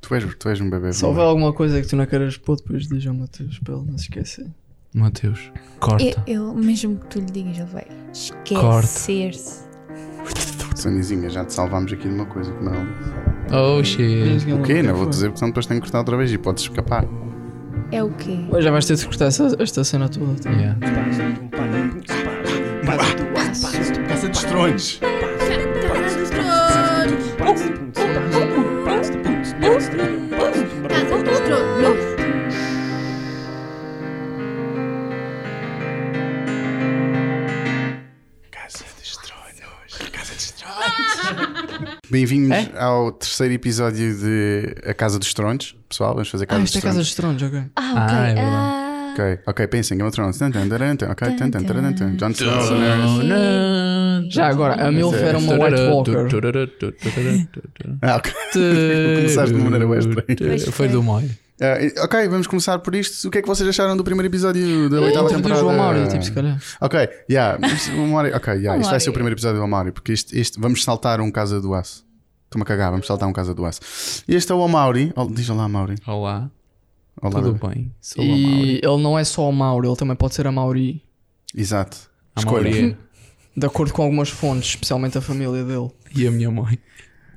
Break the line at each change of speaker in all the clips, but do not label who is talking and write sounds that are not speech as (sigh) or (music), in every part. Tu és, tu és um bebê.
Se houver alguma coisa que tu não queiras pôr, depois diz ao Mateus para ele não se esquecer.
Hum,
Mateus, corta.
Eu, eu- mesmo que tu lhe digas, ele vai esquecer-se.
Sandizinha, já te salvámos aqui de uma coisa que não.
Oh shit.
Diz que ele
O quê?
quer
Não vou
falar.
dizer porque senão depois tenho que cortar outra vez e podes escapar.
É o quê?
Mas Já vais ter de cortar essa- esta cena toda. tá?
Yeah.
Passa de estrões.
Ah,
Ah,
é
Casa de estrões. Casa de estrões. Bem-vindos
É?
ao terceiro episódio de A Casa dos Tronos. Pessoal, vamos fazer
Ah,
Casa dos
isto é Casa
Tronos.
dos Tronos, ok.
Ah, ok.
Ah, é verdade.
Ah,
Ok, ok, pensem, Game of Thrones. Tan, tan, taran, tan, Ok, tan, tan, taran, tan. Jon Snow, Daenerys.
Oh,
Já agora, a Milf
é
era uma White Walker.
Ah, ok. Começaste
Começaste
de uma maneira bem estranha.
Foi do Maio.
Ah, e- ok, vamos começar por isto. O que é que vocês acharam do primeiro episódio da oitava
Outro É, do
temporada?
João Mário, tipo, se calhar.
Ok,
(laughs)
yeah, mas o Mário- ok, yeah, isto vai ser o
Mário.
primeiro episódio do Amaury, porque isto, isto- vamos saltar um Casa do Aço. Estou-me a cagar, vamos saltar um Casa do Aço. Este é o Amaury. Oh, diz olá, Amaury.
Olá,
Olá,
tudo
bebê.
bem? Sou o Mauri.
E ele não é só o Mauro, ele também pode ser a Mauri.
Exato.
A
Escolha.
Mauri é-
De acordo com algumas fontes, especialmente a família dele.
e a minha mãe.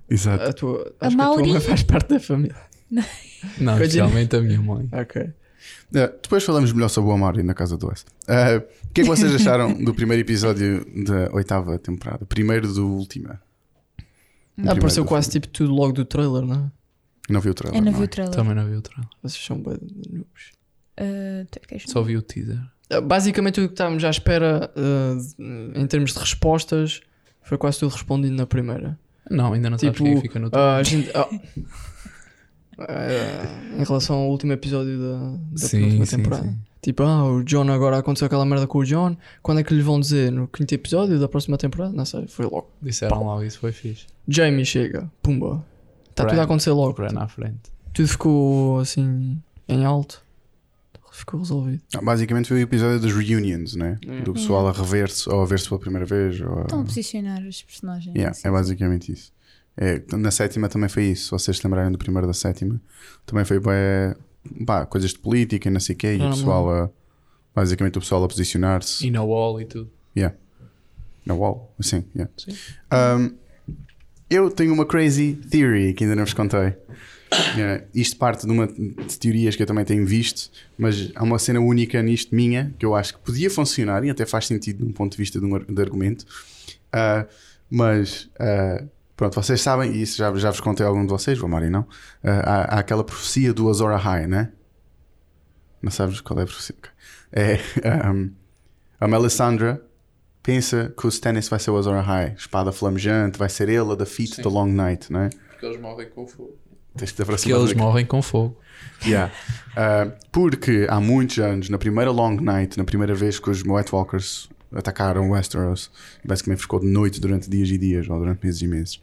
Exato.
A tua,
A
acho que a tua
Mauri?
mãe faz parte da
(laughs)
família.
Não,
Coisinha.
especialmente a minha mãe.
Ok.
Ah, depois falamos melhor sobre o Amaury na Casa do Aço. Ah, o que é que vocês acharam do primeiro episódio da oitava temporada? Primeiro do última.
Ah, apareceu
do
quase tipo tudo logo do trailer, não é?
Não vi o trailer.
eu não
não
vi
é?
o trailer.
Também não vi o trailer.
Vocês são bué de noobs.
Ah, tu é que és-
Só vi o teaser.
Ah, Basicamente, o que estávamos à espera ah, de- em termos de respostas foi quase tudo respondido na primeira.
Não, ainda não sabes
Tipo,
quem é fica no
Então-
top.
ah, a gente- ah, ah, em relação ao último episódio da, da penúltima temporada. Tipo, ah, o John agora aconteceu aquela merda com o John. Quando é que lhe vão dizer? No quinto episódio da próxima temporada? Não sei, foi logo.
Disseram logo, isso foi fixe.
Jamie chega, pumba. Está tudo
Bran.
a acontecer logo.
Procurar na frente.
Tudo ficou assim em alto. Ficou resolvido.
Não, Ah, Basicamente foi o episódio das reunions, né?
É.
Do pessoal a rever-se ou a ver-se pela primeira vez. Ou a...
Estão a posicionar os personagens.
Yeah,
assim.
é basicamente isso. É, na sétima também foi isso. Se vocês se lembrarem do primeiro da sétima, também foi bué, pá, coisas de política e não sei o quê. E
Ah,
o pessoal a. Basicamente o pessoal a posicionar-se
E na wall e tudo.
na wall. Assim, yeah.
Sim.
Um, eu tenho uma crazy theory que ainda não vos contei. Yeah, isto parte de uma de teorias que eu também tenho visto, mas há uma cena única nisto minha que eu acho que podia funcionar e até faz sentido de um ponto de vista de, um, ar- de argumento. Ah, mas ah, pronto, vocês sabem, e isso já, já vos contei a algum de vocês, o Mário não. ah, há, há aquela profecia do Azor Ahai, né? Não sabes qual é a profecia? Ok. É, (laughs) um, a Melisandre pensa que o Stannis vai ser o Azor Ahai, espada flamejante, vai ser ele a da feat
Sim.
da Long Night, né?
Porque eles morrem com fogo.
Tens de te
Porque
aproximar
eles
do microfone.
morrem com fogo.
Yeah. Uh, porque há muitos anos, na primeira Long Night, na primeira vez que os White Walkers atacaram Westeros, basicamente ficou de noite durante dias e dias, ou durante meses e meses,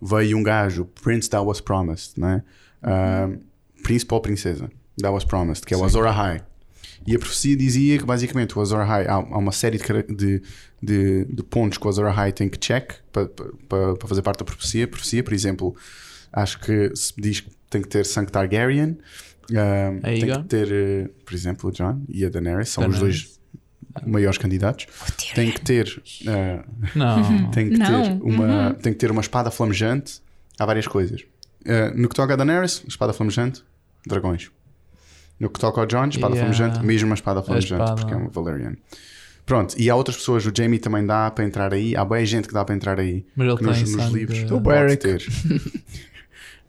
veio um gajo, Prince That Was Promised, né? Uh, príncipe ou princesa, That Was Promised, que é o Azor Ahai. E a profecia dizia que basicamente o Azor Ahai, há, há uma série de, cara- de, de, de pontos que o Azor Ahai tem que check para fazer parte da profecia. profecia. Por exemplo, acho que se diz que tem que ter sangue Targaryen, um,
Aí,
tem
John.
que ter, eh, por exemplo, o John e a Daenerys, são os
Daenerys.
dois maiores candidatos. Tem que ter, eh,
(laughs)
Não.
tem que
Não.
ter uma, tem que ter uma espada flamejante. Há várias coisas. Eh, no que toca a Daenerys, espada flamejante, dragões. No que toca ao John, espada
Yeah.
flamejante, mesmo uma espada flamejante,
espada.
porque é uma Valerian. Pronto, e há outras pessoas, o Jamie também dá para entrar aí, há bem gente que dá para entrar aí
Mas ele
que nos,
tem
nos
sangue-
livros
O
pode
Beric.
(laughs)
ter.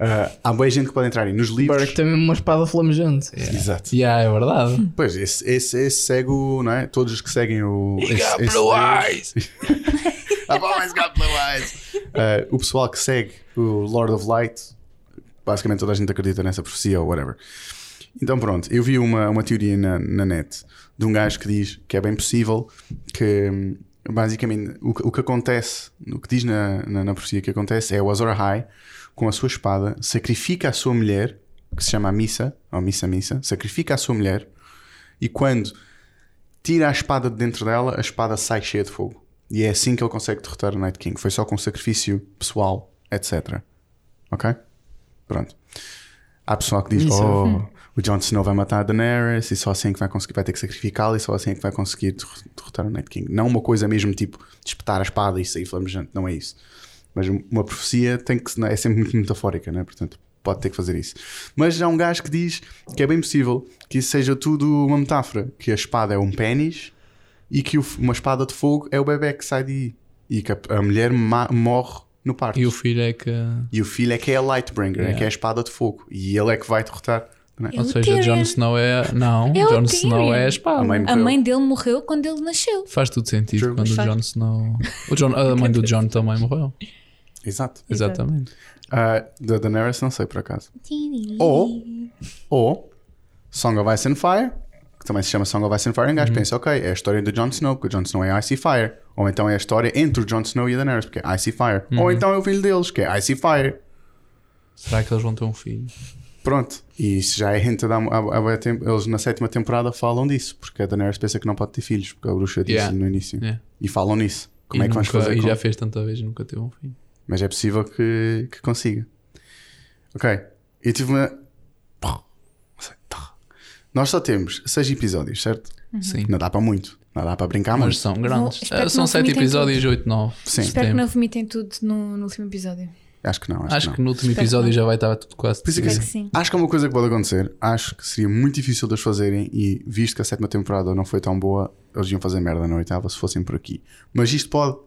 Eh, há bem gente que pode entrar aí nos
O
livros.
Beric é tem mesmo uma espada flamejante.
Exato.
Yeah, é verdade.
Pois, esse, esse, esse segue o, não é? Todos os que seguem o. Esse, esse (laughs) Deus. I've always got blue eyes. (laughs) Eh, o pessoal que segue o Lord of Light, basicamente toda a gente acredita nessa profecia ou whatever. Então pronto, eu vi uma, uma teoria na, na net de um gajo que diz que é bem possível que hum, basicamente o, que- o que acontece, o que diz na, na, na profecia que acontece é o Azor Ahai com a sua espada sacrifica a sua mulher, que se chama Missa, ou Missa Missa, sacrifica a sua mulher e quando tira a espada de dentro dela, a espada sai cheia de fogo. E é assim que ele consegue derrotar o Night King. Foi só com sacrifício pessoal, etc. Ok? Pronto. Há pessoal que diz,
Isso.
oh,
Hum.
o Jon Snow vai matar a Daenerys e só assim é que vai conseguir, vai ter que sacrificá-la e só assim é que vai conseguir derro- derrotar o Night King. Não uma coisa mesmo tipo de espetar a espada e sair flamejante, não é isso. Mas uma profecia tem que, é sempre muito metafórica, né? Portanto, pode ter que fazer isso. Mas há um gajo que diz que é bem possível que isso seja tudo uma metáfora, que a espada é um pênis e que o f- uma espada de fogo é o bebê que sai daí e que a, a mulher ma- morre no parto.
E o filho é que.
E o filho é que é a Lightbringer, é
Yeah.
que é a espada de fogo. E ele é que vai derrotar. Né?
É
Ou
o
seja, Jon
Tyrion.
Snow é. Não,
É o
Jon Snow é a
Tyrion.
A
espada.
mãe
A
morreu.
mãe dele morreu quando ele nasceu.
Faz tudo sentido
True.
quando o
Faz.
Jon Snow. O Jon- a mãe do Jon também morreu.
Exato.
Exato.
Exatamente.
Ah, da Daenerys não sei por acaso. Ou, ou Song of Ice and Fire, que também se chama Song of Ice and Fire, e um
Uhum.
gajo pensa, ok, é a história do Jon Snow, porque o Jon Snow é Icy Fire. Ou então é a história entre o Jon Snow e a Daenerys, porque é Icy Fire.
Uhum.
Ou então é o filho deles, que é Icy Fire.
Será que eles vão ter um filho?
Pronto. E isso já é hint há, há, há bué tempo. Eles na sétima temporada falam disso, porque a Daenerys pensa que não pode ter filhos, porque a bruxa disse
Yeah.
no início.
Yeah.
E falam nisso. Como
e
é que vamos
nunca-
fazer
E
com-
já fez tanta vez e nunca teve um filho.
Mas é possível que, que consiga. Ok. Eu tive uma. Pá, não sei, tá. Nós só temos seis episódios, certo?
Sim.
Não dá para muito. Não dá para brincar
Mas
muito.
são
Vou-
grandes.
Uhum. espero
Ah,
que
São
não
sete
vomitem
episódios, oito, nove.
Sim.
Espero que
Setembro.
não vomitem tudo no, no último episódio.
Acho que não. Acho,
Acho
que
que no último
Espero que
episódio
não.
já vai estar tudo quase.
Por isso é que
Espero
Sim.
que sim.
não. Acho que é uma coisa que pode acontecer. Acho que seria muito difícil de eles fazerem. E visto que a sétima temporada não foi tão boa, eles iam fazer merda na oitava se fossem por aqui. Mas isto pode.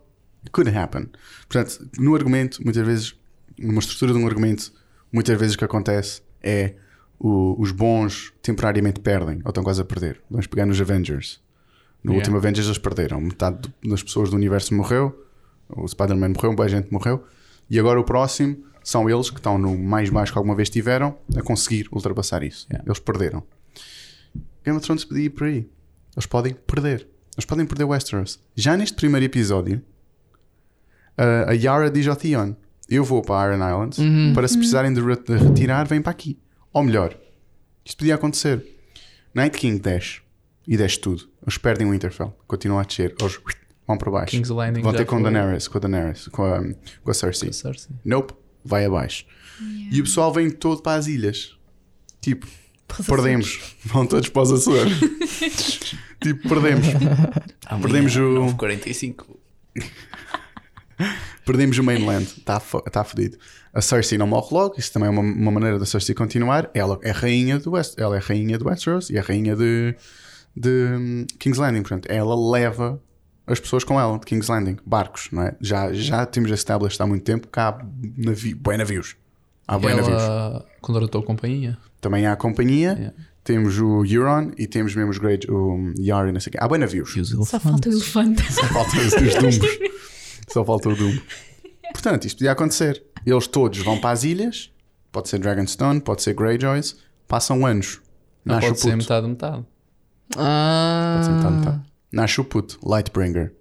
Could happen. Portanto, no argumento, muitas vezes, numa estrutura de um argumento, muitas vezes o que acontece é o- os bons temporariamente perdem, ou estão quase a perder. Vamos pegar nos Avengers. No
Yeah.
último Avengers eles perderam. Metade do- das pessoas do universo morreu, o Spider-Man morreu, boa gente morreu. E agora o próximo são eles que estão no mais baixo que alguma vez tiveram a conseguir ultrapassar isso.
Yeah.
Eles perderam. Game of Thrones podia ir por aí. Eles podem perder. Eles podem perder Westeros. Já neste primeiro episódio, a, a Yara diz ao Theon: Eu vou para Iron Islands
Uhum.
para se precisarem de, re- de retirar, vêm para aqui. Ou melhor, isto podia acontecer. Night King desce e desce tudo. Eles perdem o Interfell, continuam a descer, eles vão para baixo.
King's Landing
vão
já
ter com
foi.
Daenerys, com a Daenerys, com a, com a Cersei.
Cersei.
Nope, vai abaixo. E o pessoal vem todo para as ilhas. Tipo, perdemos. Vão todos para os Açores. tipo, perdemos. Perdemos o-
45.
Perdemos o mainland, está tá fodido. A Cersei não morre logo, isso também é uma, uma maneira da Cersei continuar. Ela é rainha do West, ela é rainha do Westeros e é rainha de, de hum, King's Landing. Portanto, ela leva as pessoas com ela de King's Landing, barcos, não é? Já, já temos established há muito tempo que há navi, bué navios. Há bué navios.
Ela contratou a companhia.
Também há a companhia,
Yeah.
temos o Euron e temos mesmo os Great, o hum, Yari, não sei o quê. Há bué navios.
E os
Só falta o
elefantes.
elefante.
Faltam os os dumbos. Só falta o dumbo. Portanto, isto podia acontecer. Eles todos vão para as ilhas, pode ser Dragonstone, pode ser Greyjoys, passam anos.
Não
Nasce o
pode ser
puto.
metade, metade.
Pode ser metade,
Ah,
metade. Nasce o puto, Lightbringer.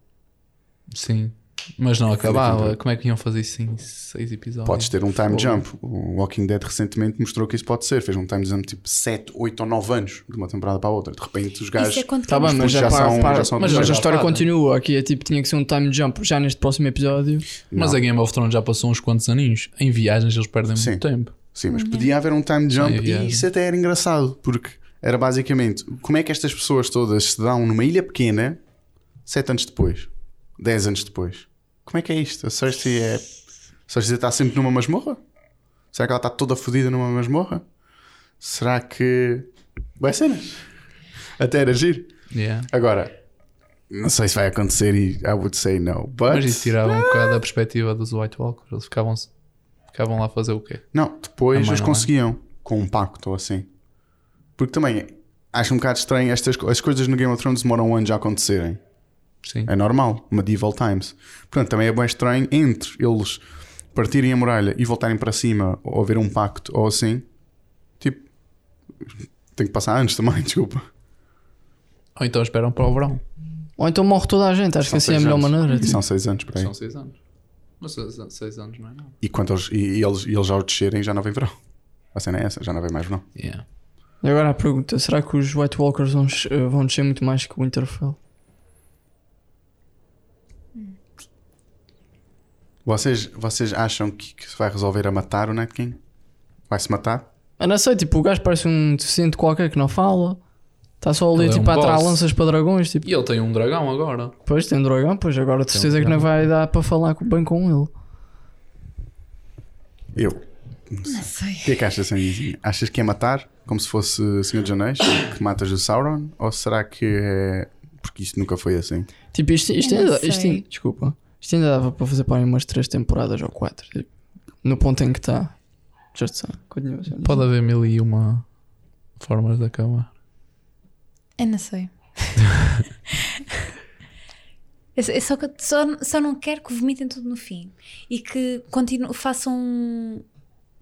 Sim. Mas não
Cada
acabava.
temporada.
Como é que iam fazer isso em seis episódios?
Podes ter um time
Fogo.
jump. O Walking Dead recentemente mostrou que isso pode ser. Fez um time jump tipo 7, 8 ou 9 anos de uma temporada para a outra. De repente os
Isso
gajos.
é quando
tá bem, mas
putos
já,
já
para,
são-
para-
já são
mas, mas a
já
história
fazem.
continua aqui. É tipo, tinha que ser um time jump já neste próximo episódio.
Mas
Não.
a Game of Thrones já passou uns quantos aninhos. Em viagens eles perdem
Sim.
muito tempo.
Sim, mas podia haver um time jump
Ah, eu viajo.
e isso até era engraçado, porque era basicamente como é que estas pessoas todas se dão numa ilha pequena sete anos depois, dez anos depois. Como é que é isto? A Cersei é. A Cersei está sempre numa masmorra? Será que ela está toda fodida numa masmorra? Será que. Vai ser? Até era giro.
Yeah.
Agora, não sei se vai acontecer e I would say no. But...
Mas isso tirava um bocado a perspectiva dos White Walkers. Eles ficavam, ficavam lá a fazer o quê?
Não, depois
Também
eles
não é?
conseguiam com um pacto ou assim. Porque também acho um bocado estranho estas co- as coisas no Game of Thrones demoram anos a acontecerem.
Sim.
É normal, medieval times. Portanto, também é bem estranho entre eles partirem a muralha e voltarem para cima ou haver um pacto ou assim. Tipo, tem que passar anos também, (laughs) desculpa.
Ou então esperam para o verão.
Ou então morre toda a gente. Acho que
São
assim é a
seis
melhor
anos.
maneira.
E
tipo.
são seis anos por aí.
São seis anos. Mas seis, an- seis anos não é nada.
E quando eles, e, e eles, e eles já o descerem, já não vem verão. A cena é essa, já não vem mais verão.
Yeah.
E agora a pergunta: será que os White Walkers vão, ch- vão descer muito mais que o Winterfell?
Vocês, vocês acham que, que se vai resolver a matar o Night King? Vai se matar?
Eu não sei, tipo, o gajo parece um deficiente qualquer que não fala. Está só ali,
Ele é
tipo,
um
a atirar
boss.
lanças para dragões. Tipo,
E ele tem um dragão agora.
pois tem um dragão, pois agora de
Tem um
certeza que não
dragão.
vai dar para falar com- bem com ele.
Eu.
Não sei.
O que é que achas, Sandinha? Achas que é matar, como se fosse Senhor dos Anéis, que matas o Sauron? Ou será que é. Porque isto nunca foi assim.
Tipo, isto, isto,
Eu
ainda,
não
isto,
sei.
ainda- desculpa, isto ainda dava para fazer para aí umas 3 temporadas ou 4. no ponto em que tá. está. Já está. Continua sendo.
Pode haver mil e uma formas de acabar.
Eu não sei. Eu só- eu só, que- só, só não quero que vomitem tudo no fim e que continu, façam. um,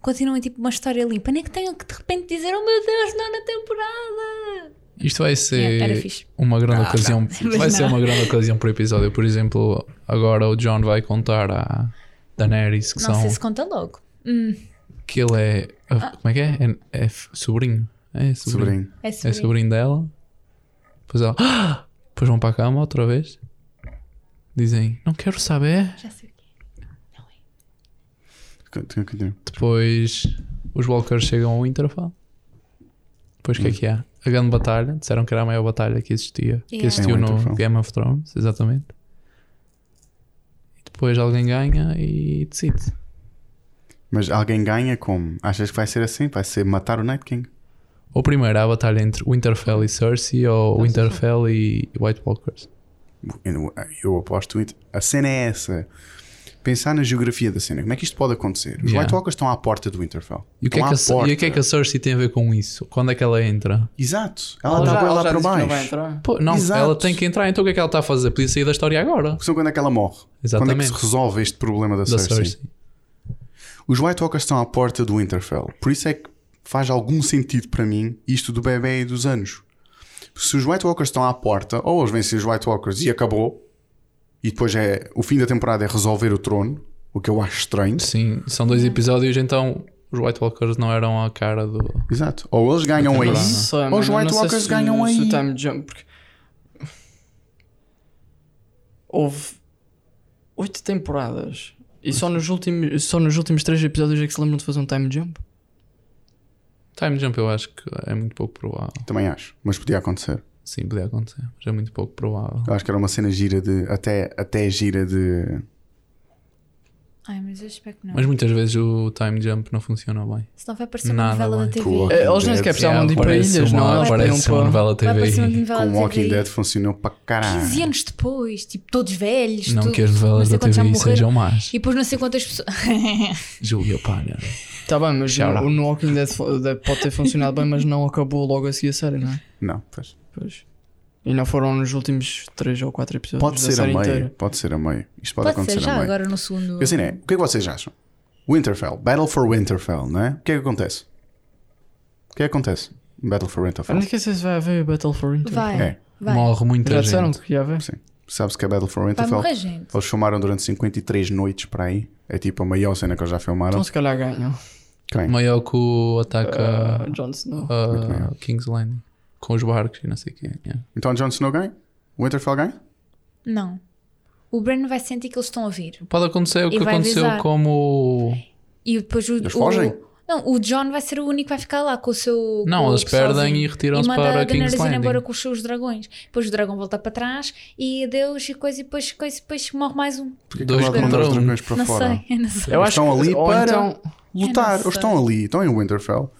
Continuem tipo uma história limpa, nem que tenham que de repente dizer: Oh meu Deus, nona temporada!
Isto vai
É, era
ser
fixe.
uma grande ocasião. (laughs) Vai
Mas
ser
Ah, não.
uma grande ocasião para o episódio. Por exemplo, agora o John vai contar à Daenerys que,
Não
são,
sei se Ah. conta logo. Hum,
que ele é. Como é que é? É, é f- sobrinho. É sobrinho.
Sobrinho.
é
É
sobre.
sobrinho dela. Depois ela. (gasps) "Ah!" Depois vão para a cama outra vez. Dizem, não quero saber.
Já sei o quê.
Continua, continua.
Depois os Walkers chegam ao Winterfell. Depois o que é que há? A grande batalha. Disseram que era a maior batalha que existia. Que
Yeah.
existiu
Em
no
Winterfell.
Game of Thrones, exatamente. E depois alguém ganha e decide.
Mas alguém ganha como? Achas que vai ser assim? Vai ser matar o Night King?
Ou primeiro há a batalha entre Winterfell e Cersei ou Winterfell e White Walkers.
Eu- Eu aposto. it. A cena é essa. Pensar na geografia da cena. Como é que isto pode acontecer? Os
Yeah.
White Walkers estão à porta do Winterfell.
E o que, é que a,
Estão à
Cer- e o que é que
porta.
a Cersei tem a ver com isso? Quando é que ela entra?
Exato. Ela está lá para baixo.
Pô, não,
Exato.
ela tem que entrar, então o que é que ela está a fazer? Podia sair da história agora.
São quando é que ela morre? Quando é
Exatamente.
que se resolve este problema da,
Da
Cersei?
Cersei.
Os White Walkers estão à porta do Winterfell. Por isso é que faz algum sentido para mim isto do bebê e dos anos. Se os White Walkers estão à porta, ou eles vencem os White Walkers e acabou, e depois é o fim da temporada é resolver o trono, o que eu acho estranho.
Sim, são dois episódios, então os White Walkers não eram a cara do.
Exato. Ou eles ganham aí,
temporada.
ou os White Walkers ganham
se,
um aí.
o time jump, porque... Houve oito temporadas e só nos, últimos, só nos últimos três episódios é que se lembram de fazer um time jump.
Time Jump eu acho que é muito pouco provável.
Também acho, mas podia acontecer.
Sim, podia acontecer, mas é muito pouco provável.
Eu acho que era uma cena gira de. Até, até gira de.
Ai, mas eu espero que não.
Mas muitas vezes o Time Jump não funciona bem.
Senão vai parecer uma
Nada
novela da
bem.
TV.
Pô,
Eh, Eles nem sequer
Dead.
precisavam de ir para
Parece
ilhas, não? é?
uma,
Eles podiam
parece uma
para...
novela
Vai parecer uma
TV.
novela
Com
da
o Walking
TV.
Dead funcionou para caralho.
15 anos depois, tipo, todos velhos.
Não
todos-
que as
não
novelas
sei
da
quantos é já
TV
morreram.
sejam más.
E depois não sei quantas pessoas.
Júlia, pá, né?
Tá bem, mas
Shout
no,
out.
no Walking Dead fo- de- pode ter funcionado bem, mas não acabou logo assim a série, não é?
Não, pois.
Pois. E não foram nos últimos três ou quatro episódios
Pode
da
ser a
série
meio.
inteira.
Pode ser a meio. Isto pode,
Pode
acontecer
ser já
a meio.
agora no segundo.
Eu sei, né? O que é que vocês acham? Winterfell, Battle for Winterfell, não é? O que é que acontece? O que é que acontece? em Battle for
Eu nem
Winterfell.
sei se vai haver Battle for Inter.
Vai,
É.
vai.
Morre muita
Já disseram
gente.
que ia haver?
Sabes que é Battle for
Vai
Winterfell?
morrer gente.
Eles filmaram durante 53 noites para aí. É tipo a maior cena que eles já filmaram.
Então se calhar ganham.
Quem?
Maior que o ataque
Ah.
a-
Uh, Jon Snow.
muito
a
maior.
King's Landing. Com os barcos e não sei o quê. yeah.
Então Jon Snow ganha? Winterfell ganha?
Não. O Breno vai sentir que eles estão a ouvir.
Pode acontecer o
E
que
vai
aconteceu
avisar.
como.
E depois o.
Eles
o-
fogem?
Não, o John vai ser o único que vai ficar lá com o seu.
Não,
com o
eles perdem
pessoalzinho.
e retiram-se
manda
para
a
King's
Daenerys ir embora
Landing.
com os seus dragões. Depois o dragão volta para trás e adeus e coisa e depois, coisa, e depois morre mais um.
Porque
Dois
acabaram de mandar
contra
os
um.
dragões para
não
fora. É
sei, eu não sei.
Eles estão ali
ou
para
então-
lutar.
Eu não
Eles estão ali, estão em Winterfell.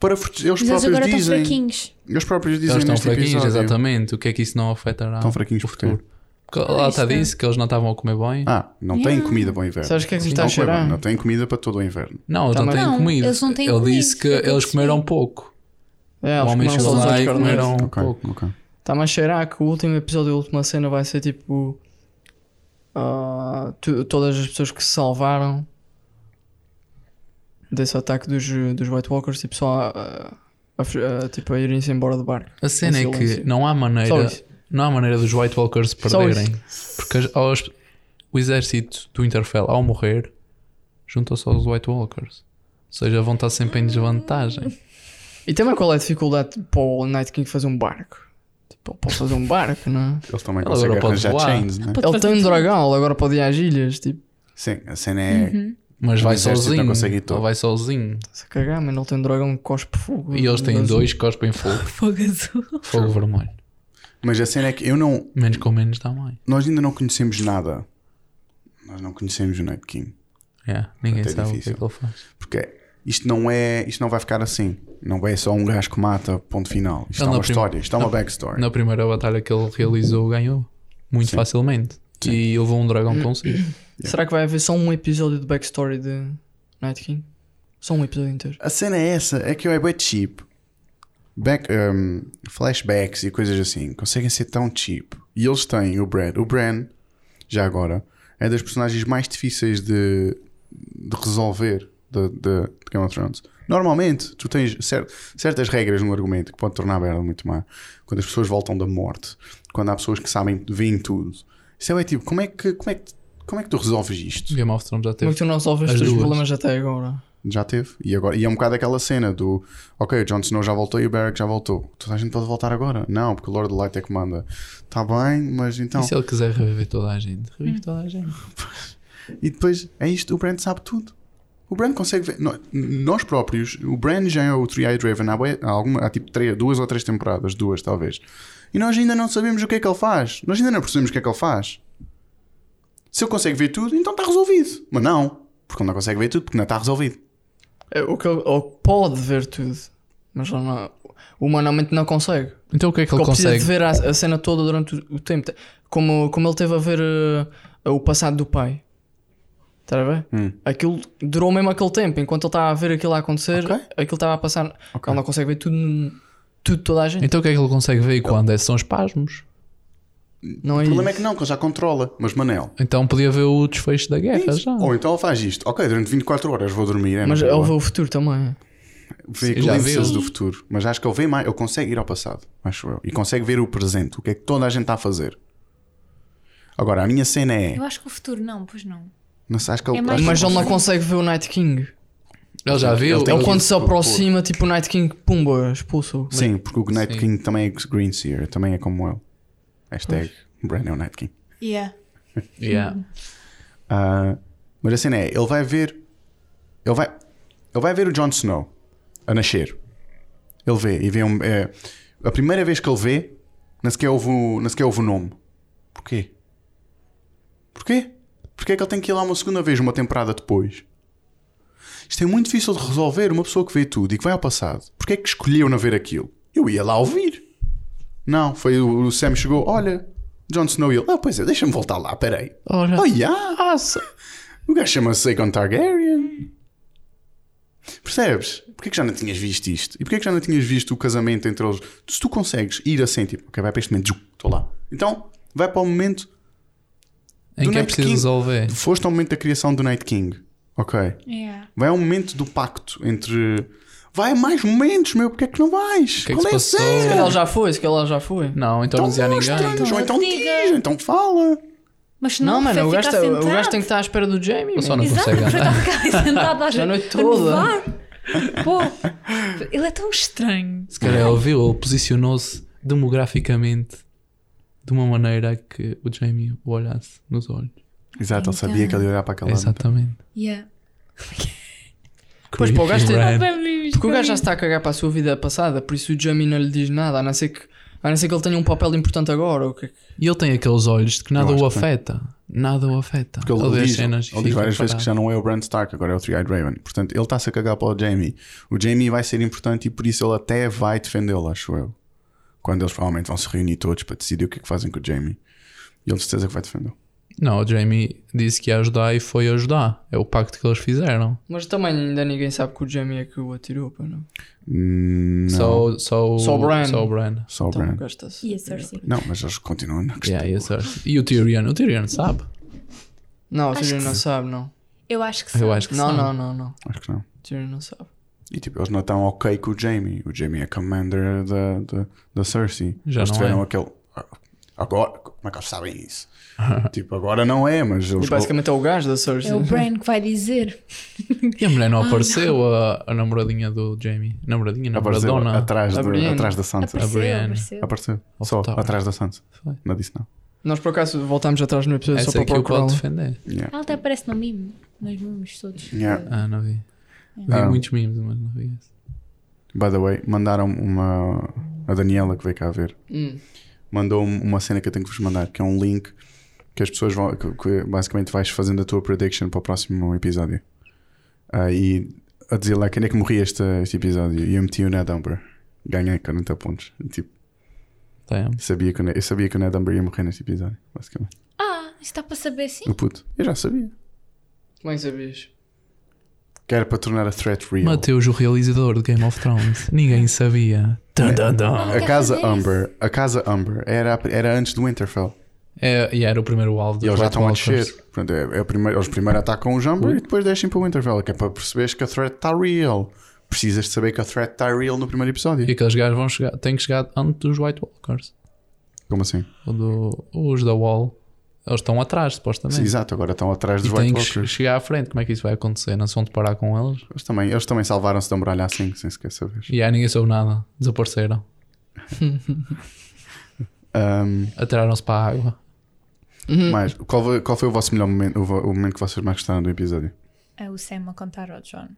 Para proteger. Eles
Mas eles
próprios
agora estão
dizem.
fraquinhos.
Eles próprios dizem
Eles estão
neste
fraquinhos,
episódio.
exatamente. O que é que isso não afetará?
Estão fraquinhos
o
porquê?
futuro? Porque ela
isto
até
é-
disse que eles não estavam a comer bem.
Ah, não têm
Yeah.
comida para o inverno.
Sabes o que é que me está a
Não, foi bem,
cheirar?
Não têm comida para todo o inverno.
Não, eles
Também-
não têm
Não,
comida.
eles não têm
Ele
comida,
disse que
foi o que eu
eles
percebi.
comeram pouco.
É,
O
eles
homem
comeram
chegou
só
lá
os
e
carneiros.
comeram um
Ok,
pouco.
ok.
Está-me a cheirar que o último episódio, a última cena vai ser tipo. ah, tu- todas as pessoas que se salvaram desse ataque dos, dos White Walkers, tipo só ah, a, fugir- ah, tipo, a irem-se embora do barco.
A cena
Em
é que
silêncio.
não há
Só
maneira,
isso.
não há maneira dos White Walkers se
Só
perderem. Porque as- aos- o exército do Interfell, ao morrer, junta-se aos White Walkers. Ou seja, vão estar sempre em desvantagem.
E também qual é a dificuldade para o Night King fazer um barco? Tipo, posso fazer um barco, não é?
Eles também
Ela
conseguem
agora pode
arranjar é?
voar.
chains, né?
Ele tem um dragão, ele agora pode ir às ilhas, tipo.
Sim, a cena é.
Mas vai
exército não
sozinho.
consegue ir todo.
Ele vai sozinho.
Se cagar, mano, ele tem um dragão que cospe fogo.
E eles têm
azul.
dois que cospem fogo.
(laughs) Fogo azul.
Fogo vermelho.
Mas a cena é que eu não.
Menos com menos dá mais.
Nós ainda não conhecemos nada. Nós não conhecemos o Night King.
É, Ninguém
Até
sabe
difícil.
o que é que ele faz.
Porque isto não é. Isto não vai ficar assim. Não é só um gajo que mata, ponto final. Isto
Ele
é uma
na prim-
história, isto é uma backstory.
Na primeira batalha que ele realizou, ganhou. Muito facilmente. E levou um dragão consigo.
(coughs) assim, Será que vai haver só um episódio de backstory de Night King? Só um episódio inteiro.
A cena é essa, é que é bem cheap. Back, um, flashbacks e coisas assim conseguem ser tão cheap. E eles têm o Bran. O Bran, já agora, é das personagens mais difíceis de, de resolver de, de- de Game of Thrones. Normalmente, tu tens cer- certas regras no argumento que pode tornar a merda muito má. Quando as pessoas voltam da morte, quando há pessoas que sabem, veem tudo. Isso é bem tipo, como é que, como é que, como é que tu resolves isto?
Game of Thrones
Como
já
é
teve.
que tu não resolves
As
os teus
duas.
problemas até agora?
Já teve. E, agora, e é um bocado aquela cena do Ok, o Jon Snow já voltou e o Barrack já voltou. Toda a gente pode voltar agora. Não, porque o Lord Light é que manda. Está bem, mas então.
E se ele quiser reviver toda a gente? Revive toda a gente.
E depois é isto, o Brand sabe tudo. O Brand consegue ver. nó- Nós próprios, o Brand já é o Three-Eyed Raven há, bué- há alguma, há tipo três, duas ou três temporadas, duas talvez. E nós ainda não sabemos o que é que ele faz. Nós ainda não percebemos o que é que ele faz. Se ele consegue ver tudo, então está resolvido. Mas não, porque ele não consegue ver tudo, porque não está resolvido.
É, o que ele ele pode ver tudo, mas ele não, humanamente não consegue.
Então o que é que
Porque
ele
ele Hum. precisa de
consegue?
ver a, a cena toda durante o, o tempo. Te- Como, como ele teve a ver eh, o passado do pai. Estás a ver?
Hum.
Aquilo durou mesmo aquele tempo. Enquanto ele estava a ver aquilo a acontecer,
Ok.
aquilo estava a passar.
Ok.
Ele não consegue ver tudo, tudo toda a gente.
Então o que é que ele consegue ver e quando? É, são espasmos.
não
O
é isso.
problema é que não, que ele já controla. Mas Manel,
Então podia ver o desfecho da
É
guerra
isso.
já.
Ou então ele faz isto. Ok, durante 24 horas vou dormir. É
Mas
na
ele
boa.
vê o futuro também.
Vê
Já
glimpses
viu.
do futuro. Mas acho que ele vê mais. Ele consegue ir ao passado, acho eu. E consegue ver o presente. O que é que toda a gente está a fazer. Agora, a minha cena é.
Eu acho que o futuro não, pois não.
Não sei, acho que ele,
É mais-
acho que
Mas ele não
consegue.
consegue ver o Night King.
Ele já viu.
Ele tem
Ele
que-
quando se
por- por-
aproxima, tipo o Night King, pumba, expulso.
Sim, porque o Night
Sim.
King também é Green Seer. Também é como ele. Hashtag Brand new Night King.
Yeah.
Yeah.
Ah, mas a cena é. Ele vai ver. Ele vai. Ele vai ver o Jon Snow a nascer. Ele vê e vê um. é, a primeira vez que ele vê, nem sequer houve, o- nem sequer houve o nome. Porquê? Porquê? Porquê é que ele tem que ir lá uma segunda vez, uma temporada depois? Isto é muito difícil de resolver uma pessoa que vê tudo e que vai ao passado. Porquê é que escolheu não ver aquilo? Eu ia lá ouvir. Não, foi o, o Sam chegou, olha, Jon Snow e ele, ah, pois é, deixa-me voltar lá, peraí.
Olha.
Oh, yeah. O gajo chama-se Aegon Targaryen. Percebes? Porquê que já não tinhas visto isto? E porquê que já não tinhas visto o casamento entre eles? Se tu consegues ir assim, tipo, ok, vai para este momento, tchum, estou lá. Então, vai para o momento,
Em que é
Night
preciso
King.
resolver?
foste ao momento da criação do Night King. Ok.
Yeah.
Vai ao momento do pacto entre. Vai a mais momentos, meu, porquê é que não vais?
O que é que
Qual é a
se passou?
cena?
Se calhar ele já foi, se calhar ele já foi.
Não, então
Então
não dizia a ninguém.
mostra-nos, ou
Então
então diz,
diga.
então fala.
Mas se
Não,
não,
mano,
foi
o gajo,
ficar
tá- o
sentado.
gajo tem que estar à espera do Jamie.
Eu
man.
só não
Exato,
consegue
assim mas
andar.
estava a ficar sentado às
A noite toda.
Pô, ele é tão estranho.
Se calhar ele viu, ele posicionou-se demograficamente de uma maneira que o Jamie o olhasse nos olhos.
Exato, ele
Então.
sabia que ele ia olhar para aquela lâmpada.
Exatamente.
Yeah.
Pois, pô, o gajo tem-
Creepy Red.
Porque
Porque
o gajo já se está a cagar para a sua vida passada, por isso o Jamie não lhe diz nada, a não ser que, a não ser que ele tenha um papel importante agora. Ou que...
E ele tem aqueles olhos de que nada
Eu acho
o
que tem.
afeta. Nada o afeta.
Porque ele,
vê as
diz,
cenas e
ele diz
fica
várias vezes
parado.
que já não é o Bran Stark, agora é o Three-Eyed Raven. Portanto, ele está-se a cagar para o Jamie. O Jamie vai ser importante e por isso ele até vai defendê-lo, acho eu. Quando eles provavelmente vão se reunir todos para decidir o que é que fazem com o Jamie. E ele de certeza que vai defender.
Não, o Jamie disse que ia ajudar e foi ajudar. É o pacto que eles fizeram.
Mas também ainda ninguém sabe que o Jamie é que o atirou, pá, não?
Hum, Não, só,
Só, só, o-
Só o Bran.
Só o
o
Bran.
Então o
Bran.
gajo está-se.
E a Cersei.
Não, mas eles continuam na questão.
Yeah, yes, sir. e o Tyrion? O Tyrion sabe.
Não, o
Acho
Tyrion
que
não
sim.
sabe, não.
Eu acho que sim.
Eu acho que
Não,
sabe.
não, não, não. O
Acho que não.
Tyrion não sabe.
E tipo, eles não estão ok com o Jamie. O Jamie é commander da, da, da Cersei.
Já
eles
não
tiveram
é.
aquele. "Ah, Agora, como é que eles sabem
(laughs)
isso? tipo, agora não é, mas eles.
E basicamente é o gajo da Cersei.
É o Bran que vai dizer.
E a mulher
Ah,
não apareceu, a, a namoradinha do Jamie. Namoradinha,
apareceu
namoradona.
atrás,
A
de,
Brienne.
atrás da Sansa.
Apareceu,
Brienne.
apareceu.
Apareceu.
Ao
Só
fotógrafo.
atrás da Sansa.
Foi.
Não disse não.
Nós por acaso voltámos atrás no episódio
Essa
só
é que
para
eu posso
procurar.
defender.
Yeah.
Ela até aparece no mimo. Nós vimos todos.
Yeah.
Ah, não vi. Vi
Ah.
muitos memes, mas não vi esse.
By the way, mandaram uma. A Daniela que veio cá ver
Hum.
mandou-me uma cena que eu tenho que vos mandar, que é um link que as pessoas vão. Que, que basicamente vais fazendo a tua prediction para o próximo episódio. Ah, e a dizer lá quem é que morria este, este episódio. E eu meti o Ned Umber. Ganhei 40 pontos. Tipo,
Damn.
sabia que, o Ned- eu sabia que o Ned Umber ia morrer neste episódio, basicamente.
Ah, isto está para saber sim?
O puto. Eu já sabia.
Como é que sabias?
Que era para tornar a threat real.
Mateus, o realizador de Game of Thrones. Ninguém sabia. Dun, dun, dun.
A casa
Quer fazer
Umber, a casa Umber era, era antes do Winterfell.
É, e era o primeiro alvo
E
dos
eles já
White
estão a
Walkers.
descer. Portanto, é, é o primeiro, eles primeiro atacam os Umber e depois deixem para o Winterfell, que é para perceberes que a threat está real. Precisas de saber que a threat está real no primeiro episódio.
E aqueles gajos vão chegar, têm que chegar antes dos White Walkers.
Como assim?
Ou do- os da Wall. Eles estão atrás, supostamente.
Sim, exato, agora estão atrás
E
dos
têm
White
que
Walkers.
chegar à frente. Como é que isso vai acontecer? Não se vão parar com eles?
Eles também, eles também salvaram-se da muralha assim, sem sequer saber.
E aí ninguém soube nada. Desapareceram.
Ahm,
Atiraram-se para a água.
Uhum.
mas qual foi, qual foi o vosso melhor momento, o, vo- o momento que vocês mais gostaram do episódio?
É o Sam a contar ao John.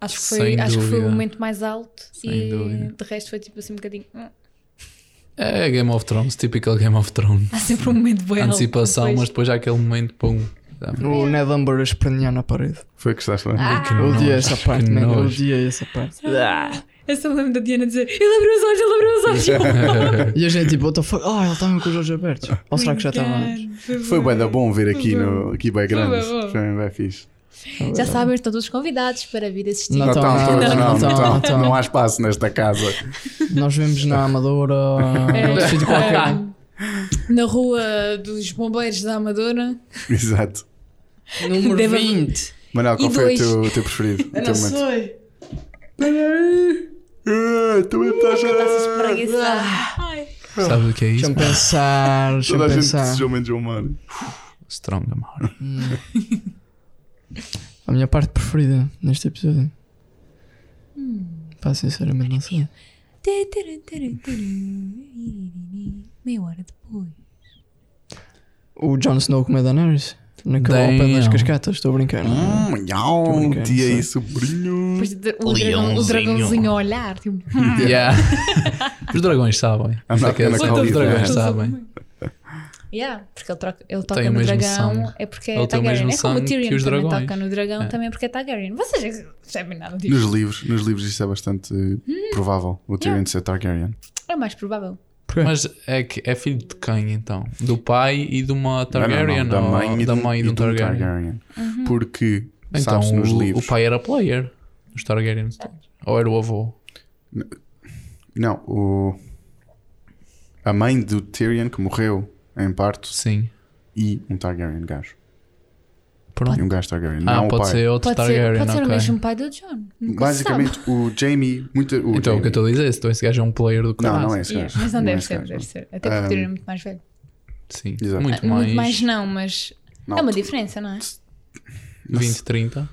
Acho que
Sem
foi, acho que foi
dúvida.
o momento mais alto
Sem
e
dúvida.
de resto foi tipo assim um bocadinho. hum.
É Game of Thrones, típico Game of Thrones.
Há sempre um momento bem alto.
Antecipação, mas
depois.
depois há aquele momento,
(laughs)
pum.
O Ned Amber a espernear na parede.
Foi o que é? estás a falar?
Ah,
Que
Eu
nojo,
odiei essa
que
parte, man. Eu
nojo.
odiei essa parte.
Eu só lembro da Diana dizer: Ele abriu os olhos, ele abriu os olhos.
E a gente tipo, what the fuck? Ah, ele estava com os olhos abertos.
Ah.
Ou será que já
tá
estava antes?
Foi bem da bom ver aqui no aqui bem grande.
bom.
Foi bem fixe.
Já sabem, estão todos convidados para vir assistir.
Não
Não
estão,
estão
não,
todos,
não
não,
estão, não
não estão.
estão.
Não há espaço nesta casa.
Nós vemos na Amadora, outro sítio qualquer.
É,
um.
(laughs) Na rua dos bombeiros da Amadora.
(laughs) Exato.
Número
Deve-
20.
Manuel, qual
E
foi o
dois.
teu, o teu preferido? O
Eu
Então,
teu
não
momento?
sei.
Ah, Também estás a.
Sabe o que é isso?
Deixa-me
(laughs)
pensar,
Toda
deixa-me
a gente
pensar.
desejou menos o humano.
Strong amor. (laughs)
A minha parte preferida neste episódio. Pá, sinceramente não sei.
Meia hora depois.
O Jon Snow com a Daenerys. Naquela ao pé das
Damn. Ah.
cascatas, estou a brincar. não é?
Hum, nhau,
brincando,
tia
é?
sei.
e sobrinho.
Depois de- o, dragão, o dragãozinho a olhar. Tipo,
Yeah. Os dragões sabem.
I'm
Isso é
not
que é-
gonna call
Os
you
dragões
that.
sabem.
yeah, porque ele, troca, ele toca
Tem o
no
mesmo
dragão.
sangue.
É porque
Ele
é
tem o
Targaryen.
mesmo
É como o
sangue que
Tyrion
os
também
dragões.
toca no dragão,
É.
também porque é Targaryen. Vocês já sabem nada disso.
Nos livros, nos livros isso é bastante
Hum.
provável. O Tyrion ser Targaryen.
É mais provável.
Porquê?
Mas é que é filho de quem então? Do pai e de uma
Não, não, não,
Targaryen?
da
ou
mãe e,
da
de um-
mãe
e
de um
de um
Targaryen?
Targaryen.
Uhum.
Porque,
Então
sabes, nos
o,
livros.
o pai era player dos Targaryens.
Tá.
todos. Ou era o avô?
Não, o. A mãe do Tyrion que morreu em parto
Sim.
e um Targaryen gajo.
Pronto.
E um gajo Targaryen.
Ah,
não o
pode
pai.
ser outro
Pode ser,
Targaryen,
pode ser o
ok.
mesmo pai do John. Nunca se sabe.
Basicamente, o Jamie. Muita, o
Então, o que eu
Jaime-
estou a dizer, então esse gajo é um player do
Não,
caralho.
não é esse
Yeah,
gajo.
mas não
é
deve
esse
ser,
gajo.
deve ser. Até porque o
Ah,
Tyrion é muito mais velho.
Sim,
é. Exato.
muito mais.
Muito mais não, mas
Não,
é uma diferença, não é?
não sei-
20, 30.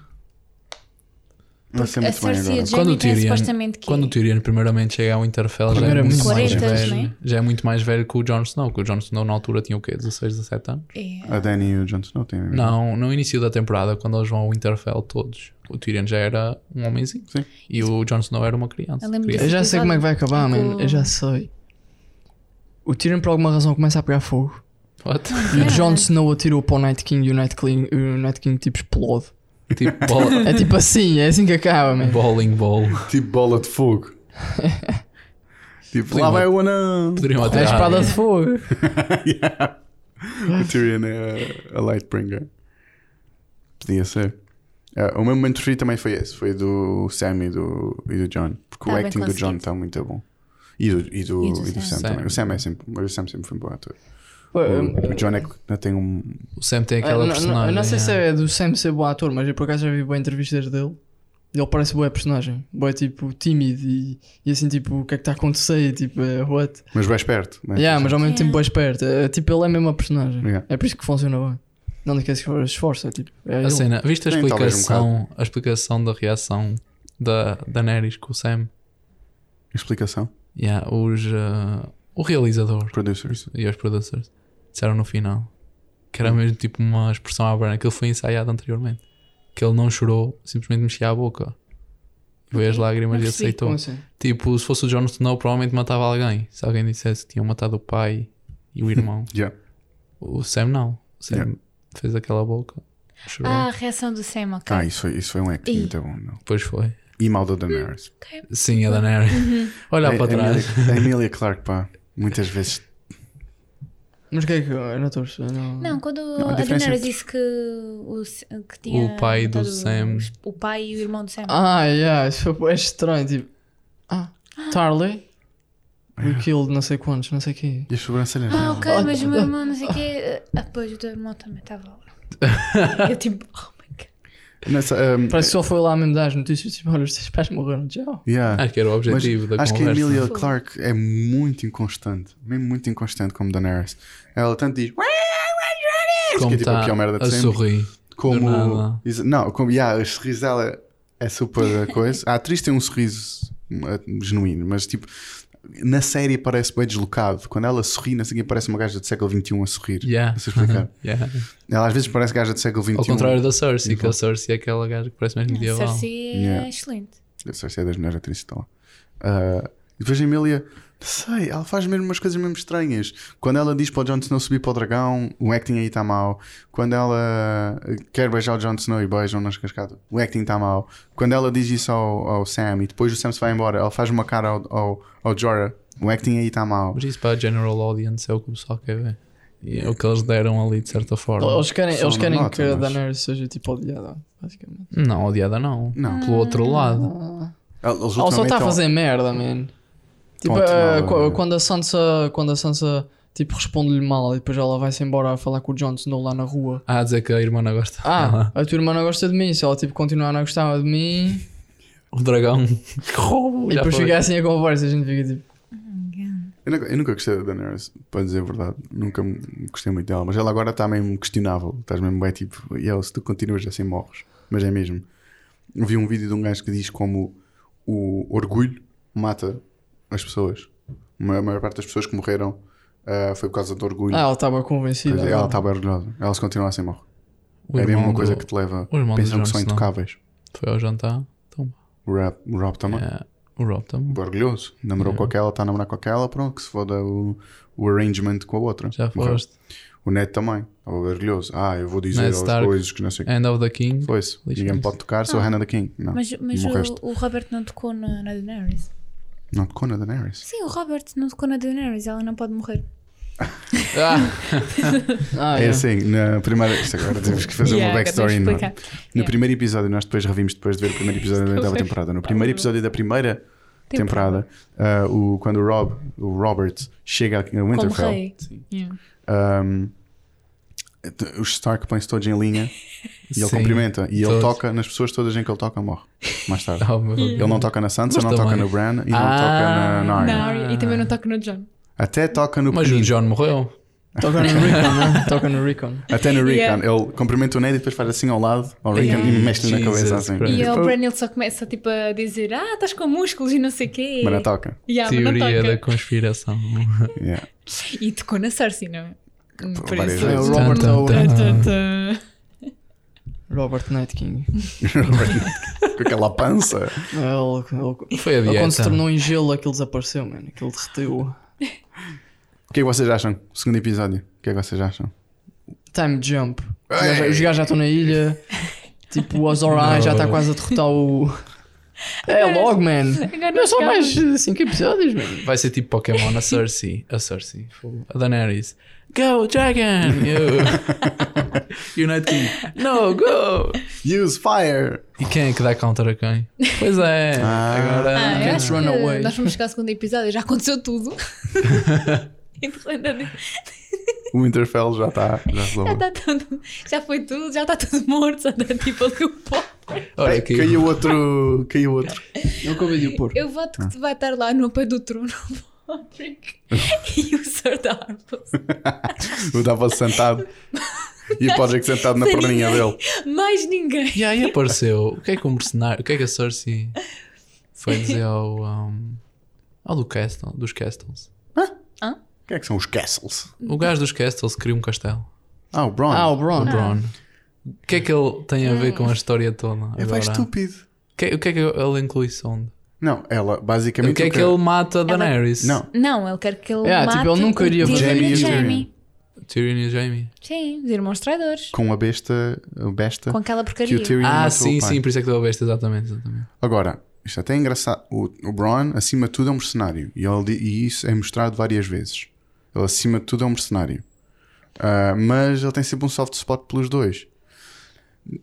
Não sei
tipo, A
é muito bem
Cersei e
agora.
Quando
a Jaime
o
têm
Tyrion-
supostamente que
Quando o Tyrion primeiramente chega ao Interfell já é
Primeiramente
muito mais
40s,
velho.
né?
Já é muito mais velho que o Jon Snow, que o Jon Snow na altura tinha o quê? 16, 17
Ah,
anos?
é,
A Dany e o Jon Snow têm a mesma
Não, no início da temporada, quando eles vão ao Interfell todos, o Tyrion já era um homenzinho.
Sim.
E o Jon Snow era uma criança.
Eu lembro
Criança.
Eu já sei como é que vai acabar, mano. Eu já sei. O Tyrion, por alguma razão, começa a pegar fogo.
What?
E o
Yeah.
Jon Snow atirou para o Night King e o Night King, o Night King tipo explode.
(laughs) tipo, bola,
É tipo assim, é assim que acaba, mano.
bowling ball.
Tipo bola de
(laughs)
fogo. tipo, lá
Poderiam-
vai o anão.
Poderiam
É a
atirar.
espada de fogo.
(laughs) Yeah. O Tyrion é a, a Lightbringer. Podia ser. Ah, o meu momento preferido também foi esse. Foi do Sam e do, e do John. Porque
Tá
o
bem
acting do John
conseguido.
está muito bom. E do, e do, e do, Sam,
Sam.
também. O Sam, é sempre, mas o Sam sempre foi um bom ator.
Pô,
O,
eu-
o John é que ainda tem um.
O Sam tem
eu-
é
Ah,
aquela
eu não-
personagem.
eu não sei se
é.
é do Sam ser bom ator, mas eu por acaso já vi boas entrevistas dele. Ele parece boa personagem. Boa, tipo, tímido e, e assim, tipo, o que é que está a acontecer? Tipo, eh, what?
É
Mas bem esperto. Bem
Yeah, mas ao mesmo
Yeah.
tempo boa esperto. É, tipo, ele é mesmo a personagem.
Yeah.
É por isso que funciona bem. Não lhe quer se esforça, é tipo. É
A
ele.
cena, viste a
Sim, talvez um
explicação, a explicação da reação da Daenerys com o Sam?
Explicação.
Yeah, os, ah, o realizador
Producers.
e os producers disseram no final que era mesmo tipo uma expressão à Branca. Aquilo foi ensaiado anteriormente. que ele não chorou, simplesmente mexia a boca. Veio as lágrimas
não
e
percebi.
aceitou.
Como assim?
Tipo, se fosse o Jon Snow, provavelmente matava alguém. Se alguém dissesse que tinham matado o pai e o
(laughs)
irmão.
Yeah.
o Sam não. O Sam
Yeah.
fez aquela boca, chorou.
Ah, a reação do Sam, ok.
Ah, isso foi, isso foi um acting
Ih. Hum.
muito bom, meu.
Depois foi.
E mal da Daenerys.
Sim, a Daenerys.
Uhum.
(laughs) Olhar
A-
para
a
trás.
Emilia- A Emilia Clarke, pá. Muitas vezes.
Mas o que é que eu não estou a perceber? Não.
Não, quando
a
a
diferença é
Daenerys
entre-
disse que, o, S- que tinha.
O pai do
matado
Sam.
os- O pai e o irmão do Sam.
Ah, yeah, isso foi bué estranho. Tipo, ah, Tarly?
É.
We killed não sei quantos, não sei quem.
E as sobrancelhas
Ah,
dela?
ok, mas o meu irmão não sei o quê. Ah, pois o teu irmão também estava lá.
(laughs)
Eu tipo, oh my god.
Nessa, um,
Parece que só foi lá mesmo dar as notícias. Tipo, olha, os teus pais morreram. Tchau.
yeah.
Acho que era o
Mas
objetivo um da
acho que a
conversa.
Emilia Clarke é muito inconstante. Mesmo muito inconstante como Daenerys. Ela tanto diz.
Como
que é tipo a
tá
pior merda de
a
sempre. Tipo,
sorrir. Do
Como.
nada.
Is- Não, como. Yeah, o sorriso dela é
(laughs)
super coisa. A atriz tem um sorriso uh, genuíno, mas tipo. Na série parece bem deslocado. Quando ela sorri, na seguinte parece uma gaja do século XXI a sorrir.
Yeah.
Não sei explicar.
(laughs) Yeah.
Ela às vezes parece gaja do século um. XXI.
Ao contrário da Cersei, que a Cersei é aquela gaja que parece mais
A
medieval.
Cersei é
Yeah.
excelente.
Deve ser se é das melhores atrizes que estão lá. Ah, e depois a Emília, não sei, ela faz mesmo umas coisas mesmo estranhas. Quando ela diz para o Jon Snow subir para o dragão, o acting aí está mau. Quando ela eh, quer beijar o Jon Snow e beijam nas cascadas, o acting está mau. Quando ela diz isso ao, ao Sam e depois o Sam se vai embora, ela faz uma cara ao, ao, ao Jorah, o acting aí está mau.
Mas isso para a general audience é o que o pessoal quer ver. E é o que eles deram ali, de certa forma.
Eles querem,
Só
eles
não
querem
nota,
que a
mas-
Daenerys seja tipo odiada, basicamente.
Não, odiada não.
Não.
Pelo outro lado.
Ah.
Eles
Ela só
ultimamente
está a
estão-
fazer merda, man. Tipo,
Ponto,
ah,
não,
qu-
é.
quando a Sansa, quando a Sansa tipo, responde-lhe mal e depois ela vai-se embora a falar com o Jon Snow lá na rua.
Ah, a dizer que a irmã não gosta.
Ah,
dela.
a tua irmã não gosta de mim, se ela tipo, continuar a não gostar de mim.
O
(laughs)
dragão que roubo.
e
já
depois
foi.
fica assim a conversa, a gente fica tipo.
Eu nunca, eu nunca gostei da Daenerys, para dizer a verdade. Nunca me gostei muito dela, mas ela agora está mesmo questionável. Estás mesmo bem tipo, e se tu continuas assim morres. Mas é mesmo. Eu vi um vídeo de um gajo que diz como o orgulho mata as pessoas. A maior, a maior parte das pessoas que morreram ah, foi por causa do orgulho.
Ah, ela estava
Quer
convencida.
dizer, ela estava orgulhosa. Ela se continua assim morre.
O
é mesmo
irmão
uma coisa
do-
que te leva
o irmão
a
do
pensar que
Jon
são
Snow.
intocáveis.
Foi ao jantar. Então,
O Rob, o Rob também.
é, o Rob também.
Orgulhoso. Namorou com aquela, está a namorar com aquela, pronto, que se foda o, o arrangement com a outra.
Já
Morreu.
foste.
O Ned também, estava orgulhoso. Ah, eu vou dizer
Ned
as
Stark. É.
coisas que não sei o que.
End of
(laughs)
the King.
Foi isso.
Lixo
Ninguém
isso.
pode tocar, sou a Hannah da King. Não,
Ah. Mas, mas
morreste.
o, o Robert não tocou na, na Daenerys.
Não tocou na Daenerys.
Sim, o Robert não tocou na Daenerys, ela não pode morrer.
Ah,
(laughs) Ah,
é
é.
assim, na primeira. Isto
(laughs)
agora temos que fazer uma
Yeah, agora
backstory.
tens de
No,
explicar.
no
Yeah.
primeiro episódio, nós depois revimos depois de ver o primeiro episódio da oitava
Depois.
temporada. No primeiro episódio da primeira temporada, ah, o, quando o Rob, o Robert, chega a
Como
Winterfell.
rei. Yeah.
Ahm, t- os Stark põem-se todos em
(laughs)
linha e ele
Sim.
cumprimenta. E ele
Todos.
toca nas pessoas todas em que ele toca, morre mais tarde.
Oh, meu Deus.
Ele não toca na Sansa,
Mas
não
também-
toca no Bran e não
Ah,
toca na, na Arya.
Na Arya. E também não toca no John.
Até toca no
Mas o
pequenino,
John morreu.
Toca no Recon, né? Toca no Recon.
até no Rickon.
Yeah.
Ele cumprimenta o Ned e depois faz assim ao lado, ao Rickon,
Yeah.
e mexe-lhe na
Jesus
cabeça assim.
Christ.
E
Tipo,
o Bran ele só começa tipo, a dizer: Ah, estás com músculos e não sei o quê.
Mas não toca.
Yeah, mas não
Teoria
toca.
da conspiração.
Yeah. (laughs)
E tocou na Cersei, não é? Hum, Por
várias
isso.
É o
vezes.
Tum,
Robert
tum,
Owen.
tum.
Tá,
(laughs)
tá.
Robert Night King.
Com aquela pança.
Ele, ele-
Foi a
ele quando se
dieta.
tornou em gelo, aquilo desapareceu, mano. Aquilo derreteu.
O que é que vocês acham? Segundo episódio. O que é que vocês acham?
Time Jump. Os gajos- Os gajos já estão na ilha. Tipo, o Azor Ahai já está quase a derrotar o. É logo, man.
Agora
Não é só
chegava.
mais 5 episódios, man.
Vai ser tipo
(laughs)
Pokémon, a Cersei. A Cersei. fogo. A Daenerys. Go, Dragon! (laughs) You. United King. No, go!
Use fire!
E quem é que dá counter a quem? Pois é.
Ah.
Ah,
Agora.
eu acho
Run
que
away.
Nós vamos chegar ao segundo episódio, já
(laughs)
aconteceu tudo. E de repente,
O Winterfell já está. Já se
já
lavou.
está tudo, já foi tudo, já está tudo morto, já está tipo ali o pó.
Olha
Ai,
aqui.
Caiu outro. Caiu outro.
Eu acabei de o pôr.
Eu voto que tu vai estar lá no pé do trono, (laughs) o Podrick e o Sir Davos.
Eu estava sentado. E o Podrick sentado na
Sem
perninha
ninguém.
dele.
Mais ninguém.
E aí apareceu. O que é que o mercenário. O que é que a Cersei
(laughs)
foi dizer ao. um, ao do Castle, dos Castles?
O que é que são os castles?
O gajo dos Castles criou um castelo.
Ah, o Bron.
Ah, o Bron.
O Bron. O que é que ele tem a ver com a história toda?
É bem
agora?
estúpido.
Que- o que é que ele inclui-se onde?
Não, ela basicamente.
O que é que
quero-
ele mata Daenerys?
Não,
Não, ele quer que ele
É,
mate
tipo, ele nunca iria
o Tyrion
fazer
e
isso.
Jaime.
Tyrion e Jaime.
Sim, os irmãos traidores.
com a besta. A besta
Com aquela
que
porcaria.
o Tyrion matou
Ah,
o
sim,
pai.
sim, por isso é que tu ouveste, exatamente. exatamente.
Agora, isto é até engraçado. O, o Bron, acima de tudo, é um mercenário. E, ele di- e isso é mostrado várias vezes. Ele, acima de tudo, é um mercenário. Ah, mas ele tem sempre um soft spot pelos dois.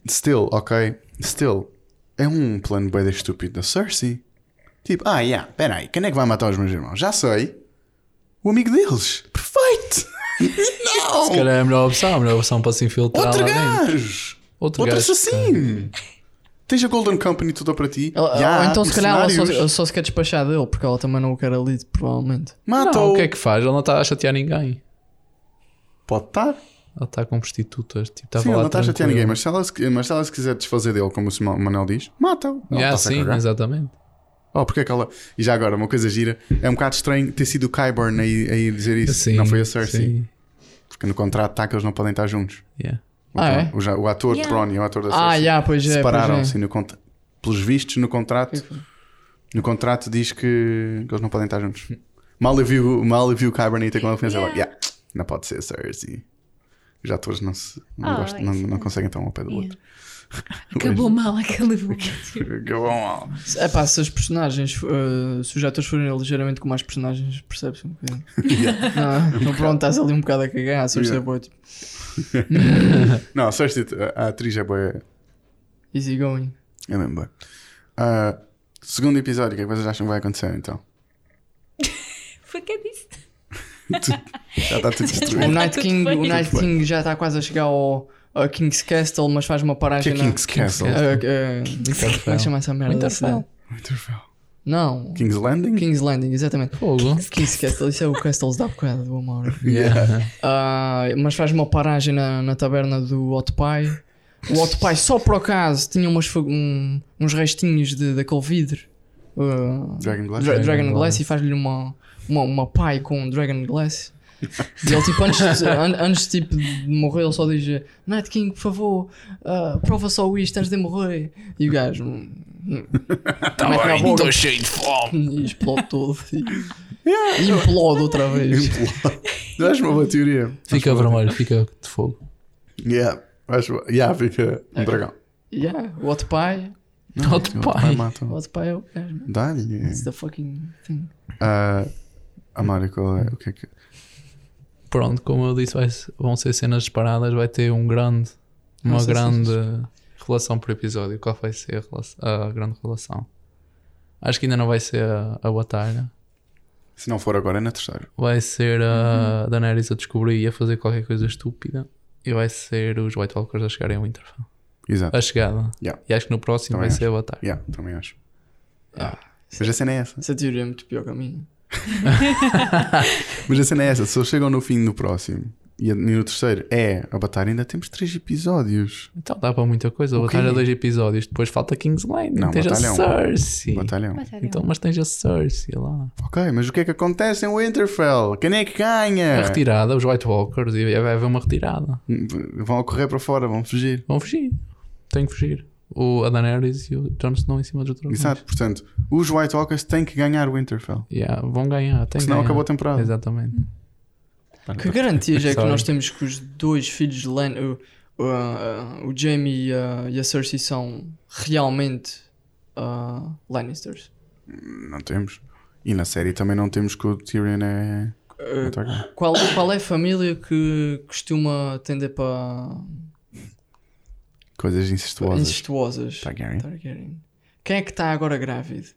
Still, ok. Still, é um plano bem estúpido da Cersei. Tipo, ah, yeah, peraí, quem é que vai matar os meus irmãos? Já sei. O amigo deles. Perfeito!
Se calhar é a melhor opção, a melhor opção para se infiltrar
Outro
lá dentro.
gajo!
Outro,
Outro
gajo.
assassino! Tens a Golden Company toda para ti.
Ela- ela-
Yeah,
então, se calhar, ela só,
mercenários.
ela só se quer despachar dele, porque ela também não o quer ali, provavelmente.
Mata-o!
Não, o que é que faz? Ele não está a chatear ninguém.
Pode estar.
Ele está com prostitutas. Tipo, estava
Sim, ele
lá
não está a chatear
tranquilo.
ninguém, mas se, ela, se- mas se ela se quiser desfazer dele, como o Simão- Manuel diz, mata-o. Ela
Yeah,
está-se a
sim,
cagar.
exatamente.
Oh, porque é que ela. E já agora, uma coisa gira, é um bocado estranho ter sido o Kyburn aí, aí dizer isso.
Sim,
não foi a Cersei.
sim,
Porque no contrato está que eles não podem estar juntos.
yeah.
O
Ah,
Bron-
é?
o, já- o ator
Yeah.
de Bron e o ator da
Ah,
Cersei
já, pois é. pois é.
separaram-se e assim, no contra- pelos vistos no contrato. No contrato diz que, que eles não podem estar juntos. Mal eu vi, o- mal eu vi o Kyburn aí ter com ele, pensei logo,
Yeah.
yeah, não pode ser a Cersei. Os atores não, se, não,
Ah,
gostam- não-
isso.
não conseguem estar um ao pé do outro.
Acabou mal aquele
(laughs) Go on.
É pá, se as personagens, eh, se os atores forem ligeiramente com mais personagens, percebes um
(laughs)
bocadinho. Não, não, pronto, estás ali um bocado a cagar, se
Yeah.
yeah. boa, tipo,
Não, só este, a atriz é boa.
easy going.
É mesmo boa. Ah, segundo episódio, o que é que vocês acham que vai acontecer então?
Foi que é disso.
Já está tudo
O (laughs)
destruído.
Não,
Night
tudo
King,
bem.
o Night
Tudo bem.
King já está quase a chegar ao, ao King's Castle, mas faz uma
que
paragem
é
na-
King's Castle?
Ah, ah, como é
Winterfell.
que chama essa merda?
Winterfell.
Winterfell.
Não,
King's Landing?
King's Landing, exatamente.
(laughs)
Fogo.
King's Castle, isso é o Castles da bocada do Amor.
Yeah.
Ah, mas faz uma paragem na, na taberna do Hot Pie. O Hot Pie, só por acaso, tinha umas fa- um- uns restinhos de, daquele vidro. ah,
Dragon É. Glass?
Dra- Dragon
Dragon
Glass
Glass.
e faz-lhe uma, uma, uma pie com Dragon Glass. E ele, tipo, antes, de- an- antes tipo, de morrer, ele só diz: Night King, por favor, ah, prova só isto antes de morrer. E o gajo. hum, hum, mete na boca
Estou cheio de fome.
E explode tudo. E, e implode outra vez.
Eu acho uma boa teoria.
Fica vermelho, fica de fogo.
Yeah. Acho, yeah, fica um
É.
dragão.
Yeah, o Hot Pie.
Outro pai.
O Hot Pie é o gajo. man.
Dá-lhe.
It's the fucking thing.
é. Ah, Amário, qual é? O que é que.
Pronto, como eu disse, vai se- vão ser cenas disparadas, vai ter um grande,
Ah,
uma
sim, sim,
grande relação por episódio. Qual vai ser a, relação- a grande relação? Acho que ainda não vai ser a, a batalha.
Se não for agora, é na terceira.
Vai ser a
Uhum.
Daenerys a descobrir e a fazer qualquer coisa estúpida. E vai ser os White Walkers a chegarem ao Winterfell.
Exato.
A chegada.
Yeah.
E acho que no próximo
Também
vai ser a batalha.
Yeah, também acho.
Ah.
Mas a cena é essa.
Essa teoria é muito pior que a minha.
Mas a cena é essa, se eles chegam no fim do próximo e no terceiro é a batalha, ainda temos três episódios.
Então dá para muita coisa. A
O quê?
batalha dois episódios. Depois falta King's Landing.
Não,
Tens a
batalha é um.
Cersei.
Batalhão.
Então, mas tens a Cersei lá.
Ok, mas o que é que acontece em Winterfell? Quem é que ganha?
A retirada, os White Walkers, e vai haver uma retirada.
Vão correr para fora, vão fugir.
Vão fugir. Têm que fugir. O a Daenerys e o Jon Snow em cima dos dragões.
Exato, portanto, os White Walkers têm que ganhar Winterfell.
Yeah, vão ganhar. Têm que
Senão
ganhar.
acabou a temporada.
Exatamente.
Que garantias é que
Sorry.
nós temos que os dois filhos de Lan, o, o, o Jamie e a, e a Cersei são realmente ah, Lannisters?
Não temos. E na série também não temos que o Tyrion é.
Ah,
Eh,
é
então.
Targaryen.
qual, qual é a família que costuma tender para
Coisas incestuosas.
incestuosas?
Targaryen.
Targaryen. Quem é que está agora grávido?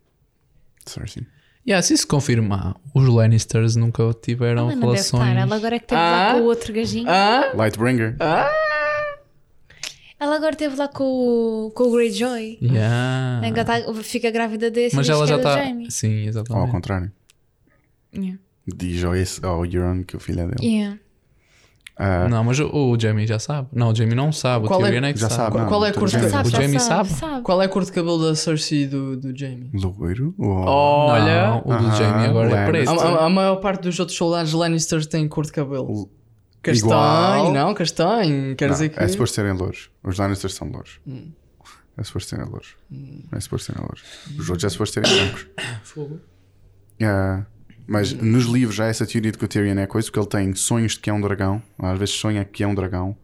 Cersei.
Yeah, se isso confirmar, os Lannisters nunca tiveram
Ela não deve
relações.
estar. Ela agora é que esteve
Ah?
lá com o outro gajinho.
Ah?
Lightbringer.
Ela agora esteve lá com o, com o Greyjoy.
Yeah.
Ainda tá- fica grávida desse.
Mas
e diz
ela
que
já tá-
era do
está.
Jaime.
Sim,
Ou ao
exatamente.
contrário.
Yeah.
Diz ao, esse, ao Euron que o filho é dele.
Yeah.
Ah,
Não, mas o, o Jamie já sabe. Não, o Jamie não sabe.
Qual
o
é-
Tyrion é que
já sabe.
Qual-
não,
qual é a
tô
cor-
dizendo.
Já sabe.
O Jaime sabe?
Qual é a cor de cabelo da Cersei e do, do Jamie?
Loiro? Ou-
Olha!
Oh, Não, o do
Aham,
Jamie agora é
Lannister.
preto.
A, a- a maior parte dos outros soldados Lannisters têm cor de cabelo. Castanho,
Igual.
não, castanho. Quer
Não,
dizer que.
É suposto serem louros. Os Lannisters são louros.
Hum.
É suposto serem louros. É suposto serem louros. Os outros é suposto serem
(coughs)
brancos.
Fogo.
Ah,
Hum.
mas nos livros já há essa teoria de que o Tyrion é coisa, porque ele tem sonhos de que é um dragão. Às vezes sonha que é um dragão.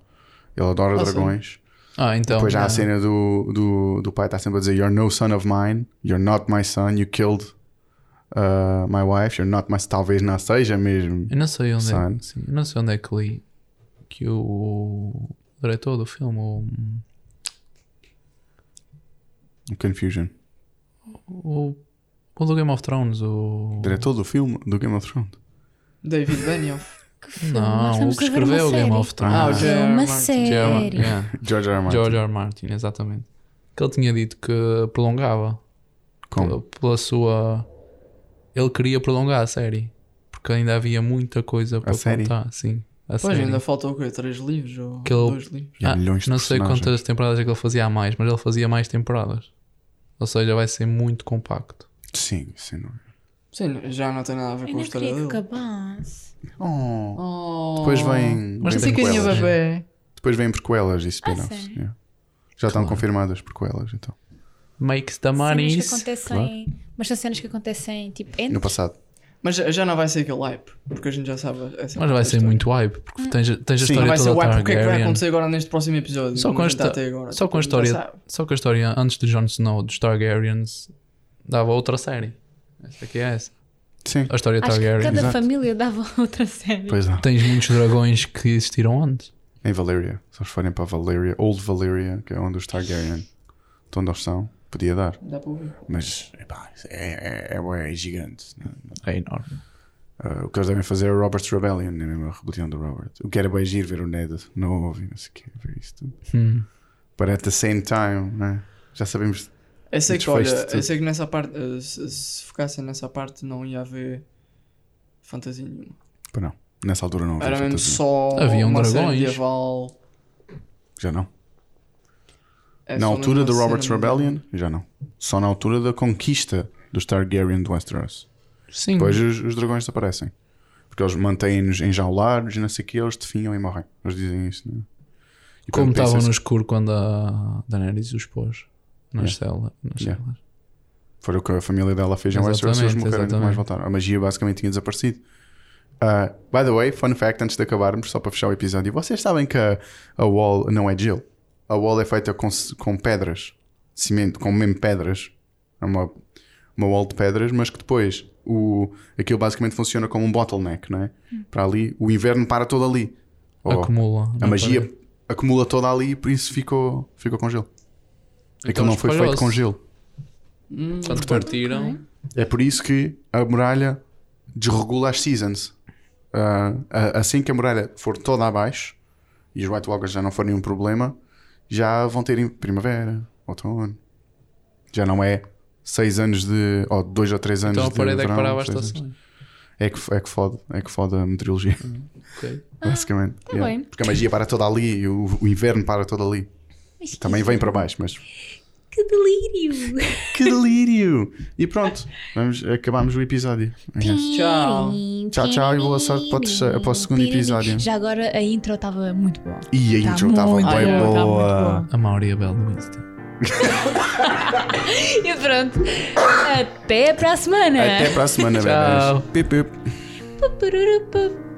Ele adora
Ah,
dragões.
Ah, então.
Depois já há a
ah,
cena do, do, do pai está sempre a dizer: You're no son of mine, you're not my son, you killed ah, my wife, you're not my. Talvez não seja mesmo.
Eu não sei onde
Son.
é, sim, eu não sei onde é que li que o diretor do filme, o,
Um Confusion.
o, o do Game of Thrones, o.
Diretor do filme do Game of Thrones.
David
(laughs)
Benioff.
Que filme? Nós
Não,
estamos
o que
a ver é uma
escreveu o Game
série.
of Thrones.
Ah, o J.R.
É uma
Martin.
série.
J.R. yeah.
George R. R. Martin.
George R. R. Martin, exatamente. Que ele tinha dito que prolongava
Como?
pela- pela sua. Ele queria prolongar a série porque ainda havia muita coisa para
série?
contar. Sim, a
Pois
série.
ainda falta o quê? Três livros ou
Que ele-
dois livros?
E há
Ah,
milhões de
não sei
personagens.
quantas temporadas é que ele fazia a mais, mas ele fazia mais temporadas. Ou seja, vai ser muito compacto.
Sim, é sim. Não.
Sim, já não tem nada a ver
Eu
com a
não
história
queria que
dele.
acabasse.
Oh.
Oh.
Depois vem.
Mas
vem
Pensei
tem
que a minha
prequelas.
bebê.
Depois vêm prequelas e spin-offs.
sério?
yeah. Já estão confirmadas prequelas, então.
Makes the money.
Cenas que acontecem. Mas são cenas que acontecem tipo
No
entre.
passado.
Mas já já não vai ser aquele hype, porque a gente já sabe. Essa
Mas vai ser
essa história.
muito hype,
Hum.
porque tens, tens a
Sim.
Não
história
vai ser
toda
o hype, o que é que vai
Targaryen.
acontecer agora neste próximo episódio?
Só com
Como
a
a gente está
histó-
até agora.
só com a
Tipo, já
história-
sabe.
Só que a história antes de Jon Snow, dos Targaryens, dava outra série. Esta aqui é essa.
Sim.
A história
Acho que
Targaryen.
cada
Exato.
família dava (laughs) outra série.
Pois não.
Tens muitos dragões que existiram antes.
Em Valyria. Se eles forem para Valyria, Old Valyria, que é onde os Targaryen, de onde eles são, podia dar.
Dá para ouvir.
Mas, epá, é, é, é, é gigante. não é?
É enorme.
Ah, o que eles devem fazer é o Robert's Rebellion, é mesmo a rebelião do Robert. O que era bem giro ver o Ned, não ouve, não sei o quê, ver isso tudo.
Hum.
But at the same time, né? já sabemos.
Eu sei
E
que, olha,
desfez-te
eu
tudo.
sei que nessa parte, eh, se, se focassem nessa parte, não ia haver fantasia nenhuma.
Pá, não. Nessa altura não havia
Era mesmo
fantasia.
só
Haviam
uma série
dragões.
medieval.
Já não.
É
na
só
altura
mesmo
do
uma
Robert's
cena
Rebellion, já não. Só na altura da conquista dos Targaryen de Westeros.
Sim.
Depois os, os dragões desaparecem. Porque eles mantêm-nos enjaulados e não sei o que, eles definham e morrem. Eles dizem isso, né? E
Como
quando
estavam
pensas-
no escuro quando a Daenerys os pôs nas celas. Nas
Yeah.
celas.
Foi o que a família dela fez em Westeros, eles
Exatamente,
morreram e nunca mais
exatamente.
voltaram. A magia basicamente tinha desaparecido. Ah, by the way, fun fact, antes de acabarmos, só para fechar o episódio, vocês sabem que a, a wall não é gelo. A wall é feita com, c- com pedras, cimento, com mesmo pedras. É uma, uma wall de pedras, mas que depois o, aquilo basicamente funciona como um bottleneck, não é? Para ali, o inverno para todo ali. Ou
Acumula.
Oh. a
na
magia
parede.
acumula toda ali e por isso ficou, ficou com gelo.
Então
aquilo não foi feito
espalhou-se.
com gelo.
Quando partiram.
É por isso que a muralha desregula as seasons. Ah, a- assim que a muralha for toda abaixo e os White Walkers já não forem um problema, já vão ter em primavera, outono. Já não é seis anos de. ou dois ou três anos
Então a
de.
parede é que
verão,
parava a
seis anos.
estação.
É que, é, que fode, é que fode a meteorologia,
Ok.
(laughs) basicamente.
tá bem.
Porque a magia para toda ali e o, o inverno para toda ali.
Mas
Também vem para baixo, mas.
Que delírio!
Que delírio! E pronto, vamos, acabamos o episódio. Yes.
Tchau.
Tchau, tchau, e boa sorte para o terceiro- para o segundo episódio.
Já agora a intro estava muito boa.
E a
Tá
intro estava
muito
bem
boa, tá muito
boa.
boa.
A é Mauri Bell do Insta.
E pronto. Até para a semana. É.
Até para a semana, é
Tchau.
bebês. Pip, pip.
Pupururupu.